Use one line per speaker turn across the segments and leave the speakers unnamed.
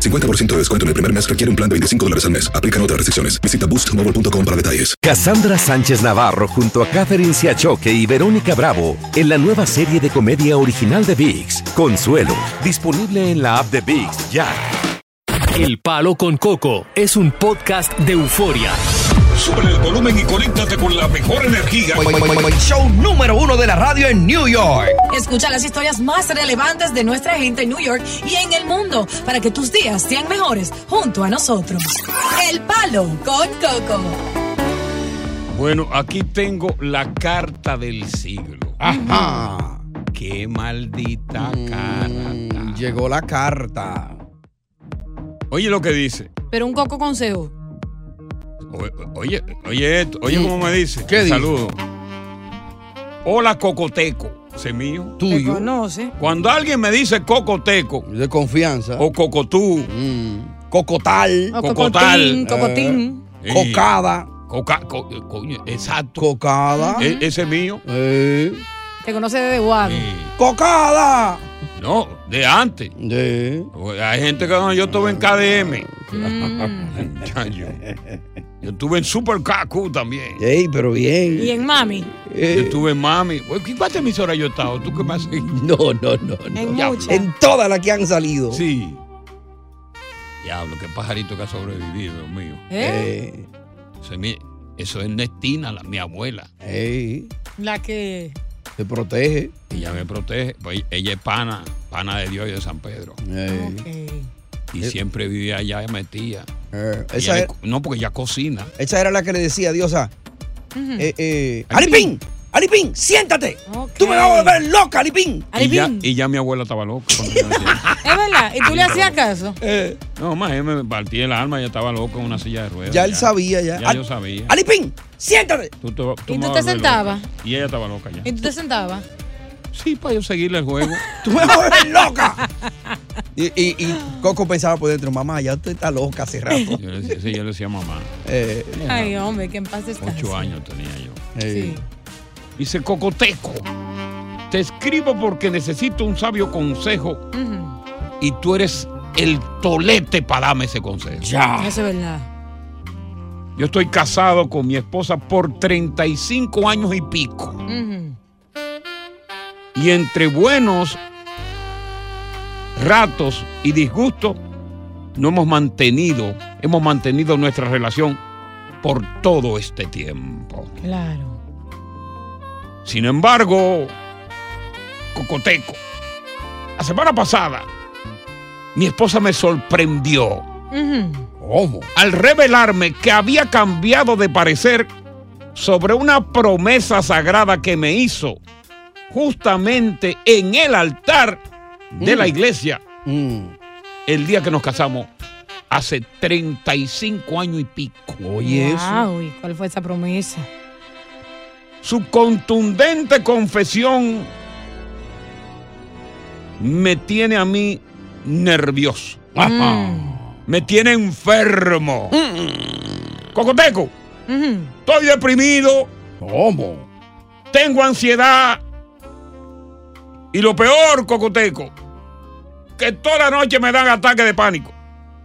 50% de descuento en el primer mes requiere un plan de 25 dólares al mes. Aplican otras restricciones. Visita boostmobile.com para detalles.
Cassandra Sánchez Navarro junto a Catherine Siachoque y Verónica Bravo en la nueva serie de comedia original de VIX, Consuelo, disponible en la app de VIX ya.
El Palo con Coco es un podcast de euforia.
Sube el volumen y conéctate con la mejor energía.
Show número uno de la radio en New York.
Escucha las historias más relevantes de nuestra gente en New York y en el mundo para que tus días sean mejores junto a nosotros. El Palo con Coco.
Bueno, aquí tengo la carta del siglo.
Ajá. Mm,
Qué maldita carta.
Llegó la carta.
Oye lo que dice.
Pero un coco consejo.
O- Oye, oye esto. Oye
Mm.
cómo me dice.
¿Qué
Un
dice?
Saludo. Hola, Cocoteco. Ese mío.
Te
Tuyo.
conoce.
Cuando alguien me dice Cocoteco
De confianza.
o Cocotú,
Mm. Cocotal.
O cocotín,
Cocotal.
cocotín.
eh,
Cocada.
coca- co- eh, coño, exacto.
Cocada.
E- ese mío.
Eh.
Te conoce desde guado.
eh,
Cocada.
no, de antes.
De.
Hay gente que no, yo estuve en KDM.
Mm.
Ya, yo, yo estuve en Super Kaku también.
Ey, pero bien.
Y en mami.
Yo
Eh,
estuve en Mami. Oye, ¿qué- ¿Cuántas emisoras yo he estado? ¿Tú qué me has seguido?
No, no, no. no.
En
Ya,
muchas.
En todas las que han salido.
Sí. Diablo, qué pajarito que ha sobrevivido, Dios mío.
¿Eh?
Eh,
Eso es, mi- eso es Nestina, la- mi abuela.
ey,
La que.
te protege.
Ella me protege. Pues ella es pana, pana de Dios y de San Pedro.
Eh,
Ok.
Y siempre vivía allá y metía.
eh,
Ella
esa,
le
era,
co- no, porque ella cocina.
esa era la que le decía a Diosa.
Ujú.
Eh, eh,
Alipín.
Alipín, Alipín, siéntate.
Ok.
Tú me vas a volver loca, Alipín.
Y ya,
Alipín.
y ya mi abuela estaba loca. cuando yo nací.
Es verdad. ¿Y tú le hacías caso?
no, más, yo me partí el alma, ella estaba loca en una silla de ruedas.
Ya él sabía, ya.
Ya
Al-
yo sabía.
Alipín, siéntate.
Tú te-
¿Y
me
tú
vas
te
a volver
sentabas?
loca. Y ella estaba loca ya.
¿Y tú te sentabas?
Sí, para yo seguirle el juego.
Tú me vas a volver loca. Y, y- y Coco pensaba por dentro, mamá, ya usted está loca hace rato.
Yo le decía, sí, yo le decía mamá.
Eh,
Ay, hombre, que en paz descanse.
Ocho años tenía yo.
eh.
Sí.
Dice Cocoteco. Te escribo porque necesito un sabio consejo
Ujú.
y tú eres el tolete para darme ese consejo.
Ya.
Eso es verdad.
Yo estoy casado con mi esposa por 35 años y pico.
Ujú.
Y entre buenos ratos y disgustos, no hemos mantenido, hemos mantenido nuestra relación por todo este tiempo.
Claro.
Sin embargo, Cocoteco, la semana pasada, mi esposa me sorprendió
Ujú.
¿Cómo?
al revelarme que había cambiado de parecer sobre una promesa sagrada que me hizo justamente en el altar de la iglesia
Mm.
el día que nos casamos hace 35 años y pico.
Oye, eso.
Guau, ¿y cuál fue esa promesa?
Su contundente confesión me tiene a mí nervioso.
Mm.
Me tiene enfermo. Cocoteco,
Ujú.
estoy deprimido,
¿Cómo?
tengo ansiedad. Y lo peor, Cocoteco, que toda la noche me dan ataques de pánico.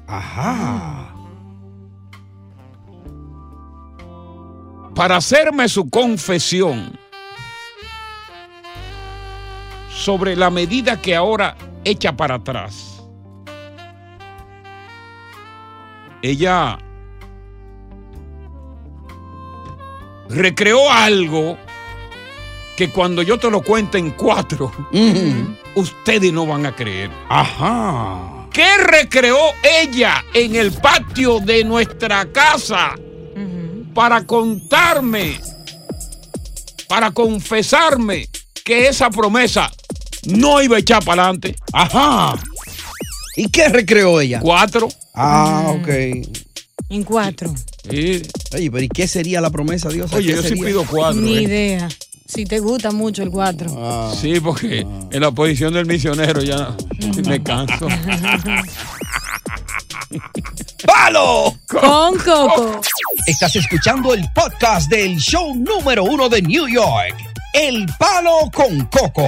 Ajá.
para hacerme su confesión sobre la medida que ahora echa para atrás. Ella recreó algo que cuando yo te lo cuente en cuatro, ustedes no van a creer. Ajá. ¿Qué recreó ella en el patio de nuestra casa para contarme, para confesarme que esa promesa no iba a echar para adelante? Ajá.
¿Y qué recreó ella?
Cuatro.
Ah, ok.
En cuatro.
Oye, pero ¿y qué sería la promesa, Dios?
Oye, yo sí pido cuatro,
Ni
¿eh? Ah.
idea. Si te gusta mucho el cuatro.
Sí, porque
Ah.
en la posición del misionero ya me canso.
¡Palo!
Con Coco.
Estás escuchando el podcast del show número uno de New York. El Palo con Coco.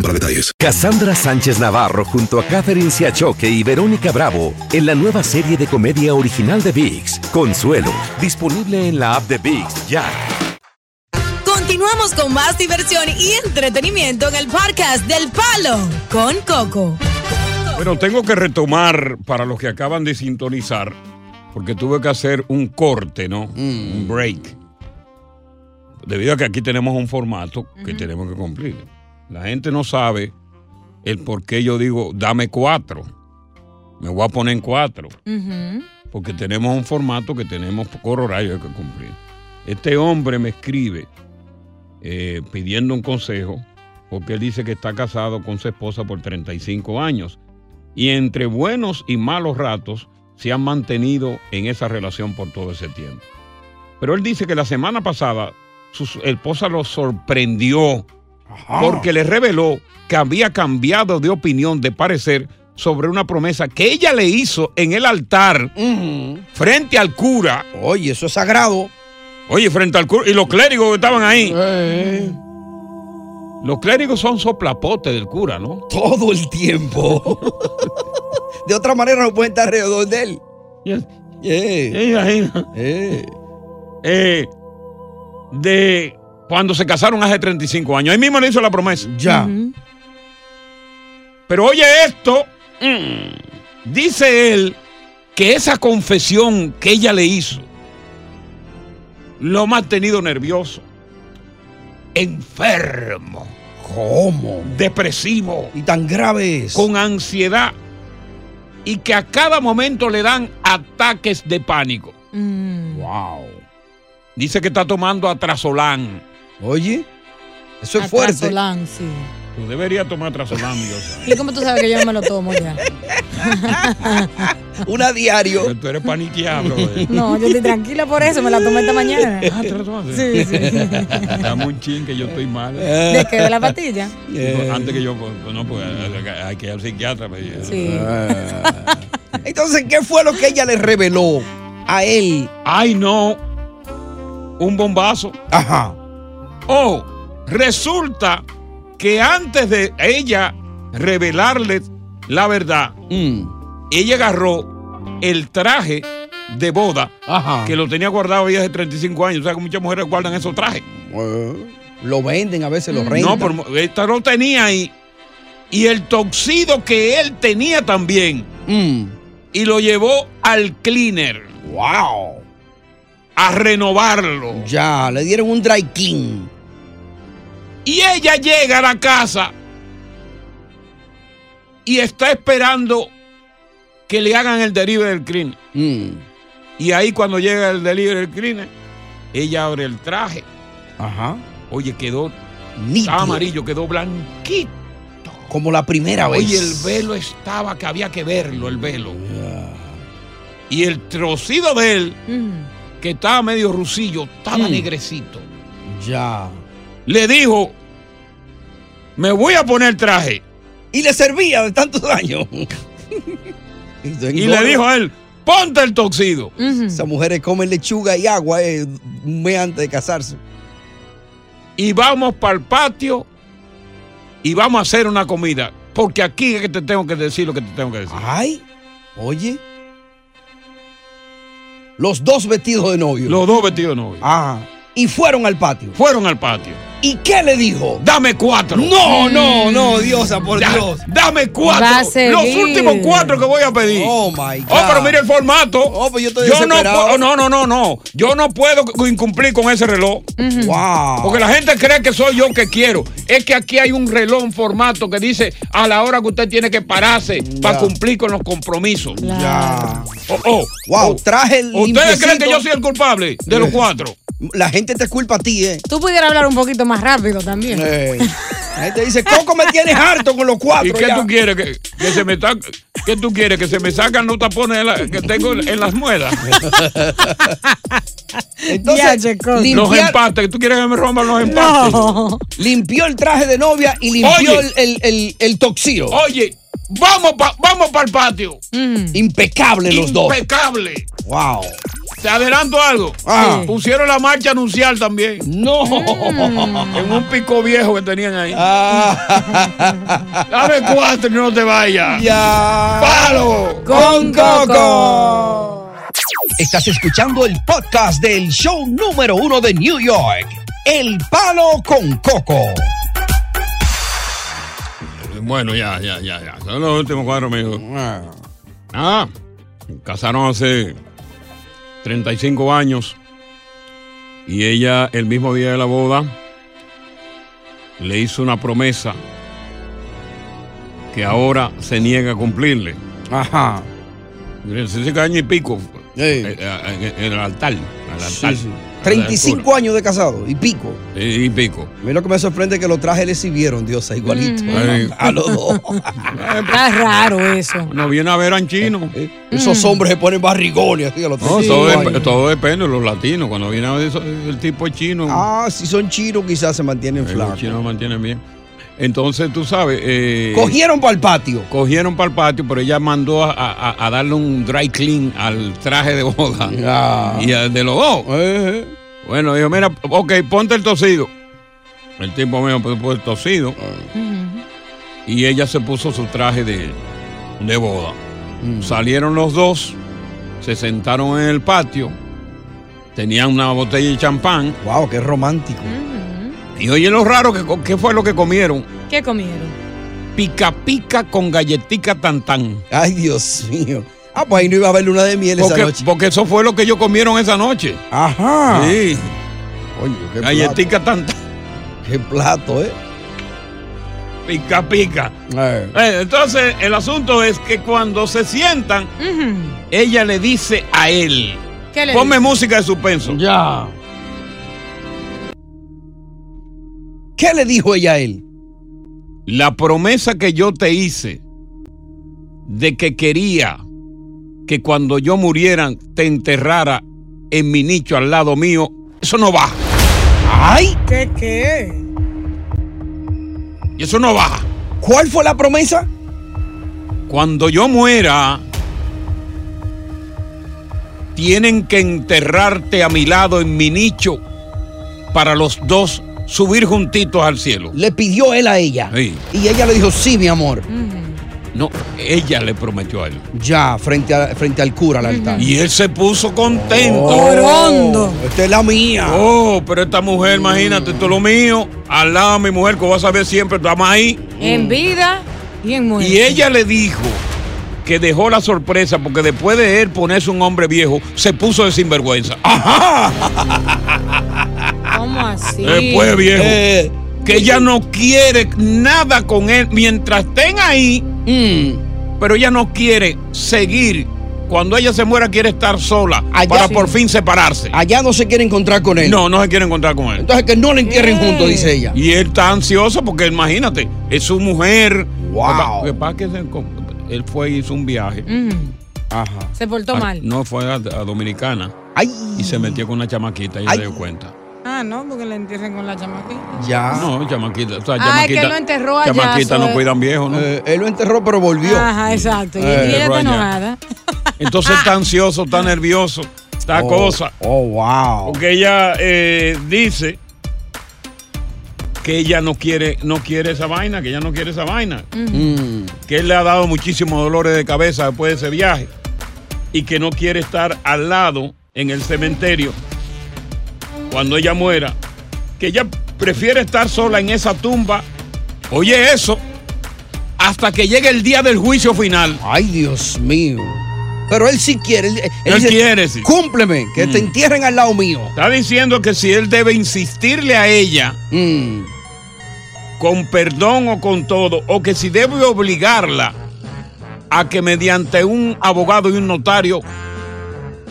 para detalles.
Cassandra Sánchez Navarro junto a Catherine Siachoque y Verónica Bravo en la nueva serie de comedia original de VIX, Consuelo, disponible en la app de VIX ya.
Continuamos con más diversión y entretenimiento en el podcast del Palo con Coco.
Bueno, tengo que retomar para los que acaban de sintonizar, porque tuve que hacer un corte, ¿no? Un break. Debido a que aquí tenemos un formato que tenemos que cumplir. La gente no sabe el por qué yo digo, dame cuatro. Me voy a poner en cuatro. porque tenemos un formato que tenemos por horario que cumplir. Este hombre me escribe eh, pidiendo un consejo porque él dice que está casado con su esposa por 35 años y entre buenos y malos ratos se han mantenido en esa relación por todo ese tiempo. Pero él dice que la semana pasada su s- esposa lo sorprendió porque le reveló que había cambiado de opinión, de parecer, sobre una promesa que ella le hizo en el altar frente al cura.
Oye, eso es sagrado.
Oye, frente al cura. Y los clérigos que estaban ahí. Los clérigos son soplapotes del cura, ¿no?
Todo el tiempo. De otra manera no pueden estar alrededor de él.
Yes.
Yeah. Eh.
Eh, de cuando se casaron hace 35 años. Ahí mismo le hizo la promesa.
Ah.
Ya.
Mm,
Pero oye esto. mm, Dice él que esa confesión que ella le hizo lo ha mantenido nervioso, enfermo,
¿Cómo?
depresivo,
Y tan grave es.
con ansiedad y que a cada momento le dan ataques de pánico.
Mm.
Wow.
Dice que está tomando atrasolán.
Oye, eso es fuerte.
Atrasolán, sí.
Tú deberías tomar atrasolán, mi Dios.
¿Y cómo tú sabes que yo no me lo tomo ya?
Una diario.
Porque Tú eres paniqueado. brother.
No, yo estoy tranquila por eso, me la tomé esta mañana.
eh. Ah, ¿te lo tomaste?
Sí, Eh. sí. ¿De
Dame un chin que yo estoy mal.
qué? ¿De la pastilla?
Eh.
Dijo, Antes que yo, pues, no, pues hay que ir al psiquiatra. me dijeron.
Sí.
Ah.
Entonces, ¿qué fue lo que ella le reveló a él?
Ay, no. Un bombazo.
Ajá.
Oh, resulta que antes de ella revelarle la verdad,
Mm.
ella agarró el traje de boda
Ajá.
que lo tenía guardado ella hace 35 años. O sea, que muchas mujeres guardan esos trajes.
Eh, Lo venden, a veces lo rentan.
No, pero esta no tenía ahí. Y el toxido que él tenía también.
Mm.
Y lo llevó al cleaner
Wow.
a renovarlo.
Ya, le dieron un dry king.
Y ella llega a la casa y está esperando que le hagan el delivery del cleaner.
Mm.
Y ahí cuando llega el delivery del cleaner, ella abre el traje.
Ajá.
Oye, quedó
Nítido.
estaba amarillo, quedó blanquito.
Como la primera vez.
Oye, el velo estaba que había que verlo, el velo. Y el trocido de él,
Mm.
que estaba medio rusillo, estaba
Mm.
negrecito.
Ya.
Le dijo, me voy a poner traje.
Y le servía de tantos años.
Y le dijo "Ah". a él, Ponte el toxido.
mm.
Esas mujeres comen lechuga y agua eh, un mes antes de casarse.
y vamos para el patio y vamos a hacer una comida. Porque aquí es que te tengo que decir lo que te tengo que decir.
Ay, oye. Los dos vestidos de novio.
Los dos vestidos de novio.
Ajá. Y fueron al patio.
Fueron al patio.
¿Y qué le dijo?
Dame cuatro.
No, no, no, diosa, por
Da-
Dios.
Dame
Va a
cuatro.
seguir.
Los últimos cuatro que voy a pedir.
Oh, my God.
Oh, pero mira el formato.
Oh, pues yo estoy
no
desesperado.
puedo, no, no, no, no. Yo no puedo cu- incumplir con ese reloj.
Mm. Wow.
Porque la gente cree que soy yo que quiero. Es que aquí hay un reloj en formato que dice a la hora que usted tiene que pararse para cumplir con los compromisos.
Ya.
Oh, oh.
Wow, traje el
¿Ustedes creen
limpiecito. Eh,
que yo soy el culpable de los cuatro?
La gente te culpa a ti, ¿eh?
Tú pudieras hablar un poquito más rápido también.
Eh, La gente dice, Coco, me tienes harto con los cuatro.
¿Y qué
ya".
tú quieres? ¿Que, que se me ta- ¿Qué tú quieres? ¿Que se me sacan los tapones de la- que tengo en, en las muelas?
Entonces,
Los
limpiar-
empates. ¿Tú quieres que me rompan los empates?
limpió el traje de novia y limpió
Oye. Oh.
el, el, el, el toxío.
Oye, vamos para vamos el patio.
Impecable los dos.
Impecable.
Wow.
Te adelanto algo.
Ah.
Pusieron la marcha anuncial también.
No.
Mm.
Mm.
En un pico viejo que tenían ahí.
Ah.
Dame cuatro y no te vayas.
Ya.
¡Palo!
Con Coco.
Estás escuchando el podcast del show número uno de New York, El Palo con Coco.
Bueno, ya, ya, ya, ya. Son los últimos cuadros, mijo. Ah, casaron hace 35 años. Y ella, el mismo día de la boda, le hizo una promesa que ahora se niega a cumplirle.
Ajá.
35 años y pico
Ey.
eh, eh, en, en el altar. al
Sí,
altar,
sí.
a la
35 años de casado y pico.
altura. Y, y pico.
A mí lo que me sorprende es que los trajes le sirvieron, Diosa, igualito.
Ay.
A los dos.
Está raro eso.
No viene a ver a chino.
Eh, Esos hombres se ponen barrigones así a los
No,
35
todo, dep-
años.
todo depende de los latinos. Cuando viene a ver eso, el tipo es chino.
Ah, si son chinos quizás se mantienen
eh,
flacos.
los chinos mantienen bien. Entonces, tú sabes. eh,
Cogieron para el patio.
Cogieron para el patio, pero ella mandó a, a- a darle un dry clean al traje de boda.
Ya.
Y al de los dos. Bueno, dijo, mira, ok, ponte el tosido. El tipo mío puso el tosido. Y ella se puso su traje de, de boda. Salieron los dos, se sentaron en el patio, tenían una botella de champán.
Wow, qué romántico.
Y oye lo raro, que, co- ¿qué fue lo que comieron?
¿Qué comieron?
Pica pica con galletica tan tan.
Ay, Dios mío. Ah, pues ahí no iba a haber luna de miel esa
Porque,
noche.
porque eso fue lo que ellos comieron esa noche.
Ajá.
Sí,
Coño, qué plato,
galletica tan tan.
qué plato, ¿eh?
Pica pica.
Eh.
Eh, Entonces, el asunto es que cuando se sientan,
Ujú.
ella le dice a él,
¿Qué le
ponme
dice?
música de suspenso.
Ya. ¿Qué le dijo ella a él?
La promesa que yo te hice de que quería que cuando yo muriera te enterrara en mi nicho al lado mío, eso no baja.
¡Ay!
¿Qué qué?
Y eso no baja.
¿Cuál fue la promesa?
Cuando yo muera, tienen que enterrarte a mi lado en mi nicho para los dos subir juntitos al cielo.
Le pidió él a ella.
Sí.
Y ella le dijo, sí, mi amor.
No, ella le prometió a él.
Ya, frente, a- frente al cura, al altar. Oh,
Y él se puso contento.
Orondo.
Esta es la mía.
Oh, pero esta mujer, imagínate, tú lo mío, al lado de mi mujer, que vas a ver siempre, estamos ahí.
En vida y en muerte.
Y ella le dijo que dejó la sorpresa porque después de él ponerse un hombre viejo, se puso de sinvergüenza. Ah,
¿Cómo así?
Después viejo.
Eh,
que ella no quiere nada con él mientras estén ahí,
mm,
pero ella no quiere seguir. Cuando ella se muera, quiere estar sola
Allá
para
sí.
por fin separarse.
allá no se quiere encontrar con él.
No, no se quiere encontrar con él.
Entonces que no le entierren
¿Qué?
juntos, dice ella.
Y él está ansioso porque imagínate, es su mujer.
Wow.
Lo que pasa es que se encon- él fue y hizo un viaje.
Ujú.
Ajá.
Se portó
Ah,
Mm, mal.
No fue a, a Dominicana
Ay.
y se metió con una chamaquita y
Ay.
se dio cuenta.
Ah, no, porque la entierren con la chamaquita.
Ya.
No, chamaquita. O sea,
Ah, es que
chamaquita-
lo enterró allá,
Chamaquita
eso
no
es.
cuidan viejo, ¿no?
Eh, él lo enterró, pero volvió.
Ajá, exacto. Y, y
Eh,
ella está
Roña.
enojada.
Entonces está ansioso, está nervioso, está
Oh,
cosa.
Oh, wow.
Porque ella eh, dice que ella no quiere, no quiere esa vaina, que ella no quiere esa vaina. Que él le ha dado muchísimos dolores de cabeza después de ese viaje y que no quiere estar al lado en el cementerio cuando ella muera. Que ella prefiere estar sola en esa tumba. Oye eso, hasta que llegue el día del juicio final.
Ay, Dios mío. Pero él sí quiere. Él,
Él
dice,
quiere, sí.
Cúmpleme, que te
Mm.
entierren al lado mío.
Está diciendo que si él debe insistirle a ella
Mm.
con perdón o con todo, o que si debe obligarla a que mediante un abogado y un notario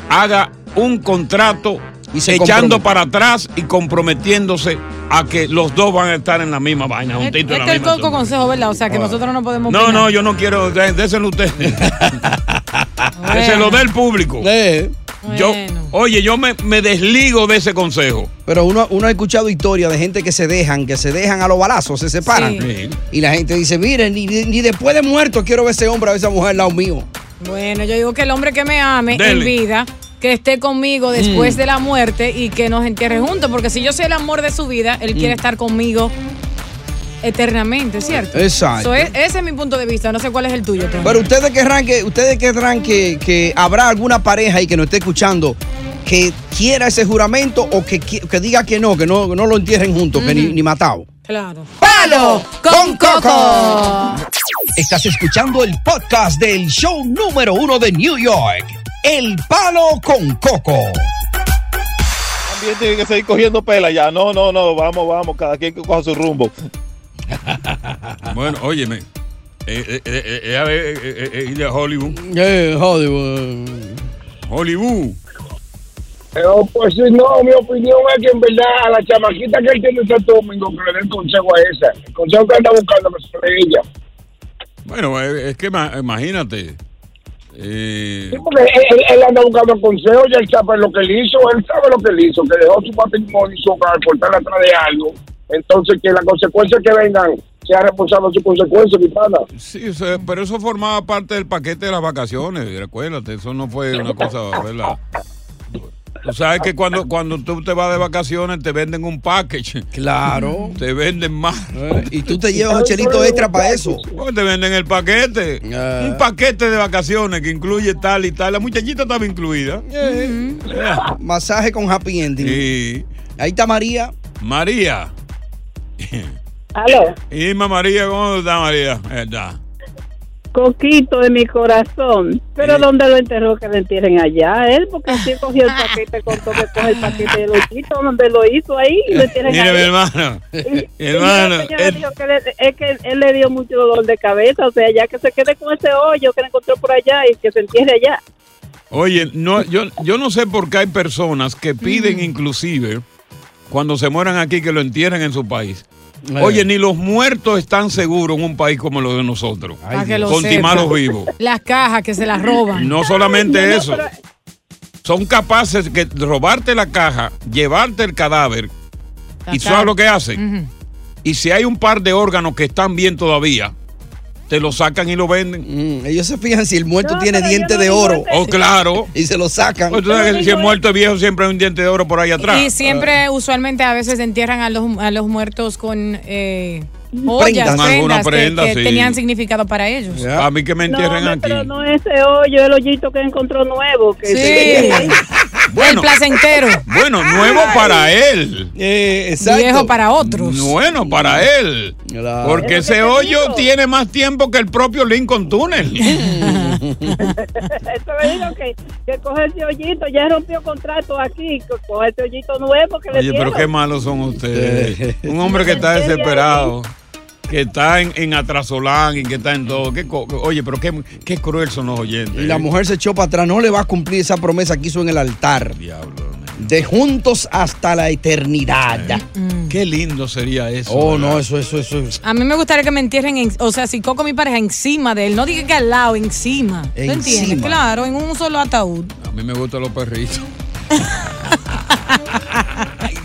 haga un contrato echando para atrás y comprometiéndose a que los dos van a estar en la misma vaina, juntitos en
Este
la
es el
misma
coco consejo, ¿verdad? O sea, que nosotros no podemos.
Ah. No,
opinar.
no, yo no quiero. dé- Déselo usted. que se lo dé el público.
Eh,
Yo, oye, yo me, me desligo de ese consejo.
Pero uno, uno ha escuchado historias de gente que se dejan, que se dejan a los balazos, se separan.
Sí.
Y la gente dice, miren, ni, ni- ni después de muerto quiero ver ese hombre, a esa mujer al lado mío.
Bueno, yo digo que el hombre que me ame en
Dele.
vida, que esté conmigo después
Mm.
de la muerte y que nos entierre juntos, porque si yo soy el amor de su vida, él quiere
Mm.
estar conmigo eternamente, ¿cierto?
Exacto.
So, e- ese es mi punto de vista, no sé cuál es el tuyo. Tony.
Pero ustedes querrán que, ustedes querrán que, que habrá alguna pareja y que nos esté escuchando que quiera ese juramento o que, qui- que diga que no, que no, no lo entierren juntos, que ni, ni matado.
Claro.
¡Palo
con coco!
Estás escuchando el podcast del show número uno de New York, El Palo con Coco.
También tiene que seguir cogiendo pela ya. No, no, no. Vamos, vamos. Cada quien que coja su rumbo.
Bueno, óyeme. Eh, eh, eh, eh, a ver, eh, eh, eh, ir a Hollywood.
Hollywood.
Hollywood.
Pero, pues sí, no, mi opinión es que en verdad a la chamaquita que él tiene Santo Domingo que le dé el consejo a esa. El consejo que anda buscando que se le dé ella.
Bueno, eh, es que ma- imagínate. eh,
Sí, porque él, él- él anda buscando consejos y él sabe lo que él hizo, él sabe lo que él hizo, que dejó su patrimonio y su hogar por estar atrás de algo. Entonces, que las consecuencias que vengan sea responsable de sus consecuencias, mi pana.
sí, o sea, pero eso formaba parte del paquete de las vacaciones. Recuérdate, eso no fue una cosa, ¿verdad? Tú sabes que cuando, cuando tú te vas de vacaciones te venden un package.
Claro.
Te venden más.
Eh, Y tú te llevas un chelito extra para eso.
Pues te venden el paquete. Un paquete de vacaciones que incluye tal y tal. La muchachita estaba incluida.
Masaje con happy ending. Ahí está María.
María.
Aló,
Irma María, ¿cómo está María? Eh, Está.
coquito de mi corazón. Pero ¿dónde lo enterró que lo entierren allá? Él, porque así cogió el paquete, contó que coge el paquete del hoyito, donde lo hizo ahí y lo entierran
Mire, mi
allá.
hermano. Mi
Y la
hermano.
señora
el-
dijo que le- es que él le dio mucho dolor de cabeza, o sea, ya que se quede con ese hoyo que le encontró por allá y que se entierre allá.
Oye, no, yo, yo no sé por qué hay personas que piden inclusive cuando se mueran aquí que lo entierren en su país. Oye, ni los muertos están seguros en un país como lo de nosotros.
Para que lo
Con
sepa.
timados vivos.
Las cajas que se las roban.
No solamente eso. Son capaces que- de robarte la caja, llevarte el cadáver.
La
¿Y
caja.
sabes lo que hacen?
Ujú.
Y si hay un par de órganos que están bien todavía, te lo sacan y lo venden.
Mm, ellos se fijan si el muerto
No,
tiene
pero yo
diente
no
de
digo
oro.
Oh, claro.
Y se lo sacan.
Pues tú sabes que si el muerto es viejo, siempre hay un diente de oro por ahí atrás.
Y siempre, usualmente, a veces entierran a los, a los muertos con eh,
Prendas.
joyas,
Con alguna
prendas que-
prenda,
que,
sí.
tenían significado para ellos.
A mí que me entierren
no, hombre,
aquí.
pero no ese hoyo, el hoyito que encontró nuevo. Que
Sí. El placentero.
Bueno, nuevo para él.
Eh,
Viejo para otros.
Bueno, para él. Porque
Eso que
ese
te
hoyo
digo.
tiene más tiempo que el propio Lincoln Tunnel.
Eso me dijo que, que coge ese hoyito, ya rompió contrato aquí, que coge ese hoyito nuevo que le
Oye, pero
dieron.
qué malos son ustedes. Un hombre que está desesperado, que está en, en atrasolán y que está en todo. Qué co- oye, pero qué, qué cruel son los oyentes.
Y la mujer se echó para atrás. No le va a cumplir esa promesa que hizo en el altar. De juntos hasta la eternidad.
Qué lindo sería eso.
Oh,
¿verdad?
no, eso, eso, eso. eso.
A mí me gustaría que me entierren, en- o sea, si coco mi pareja encima de él, no diga que al lado, encima. ¿Tú entiendes?
Encima.
Claro, en un solo ataúd.
A mí me gustan los perritos.
Ay,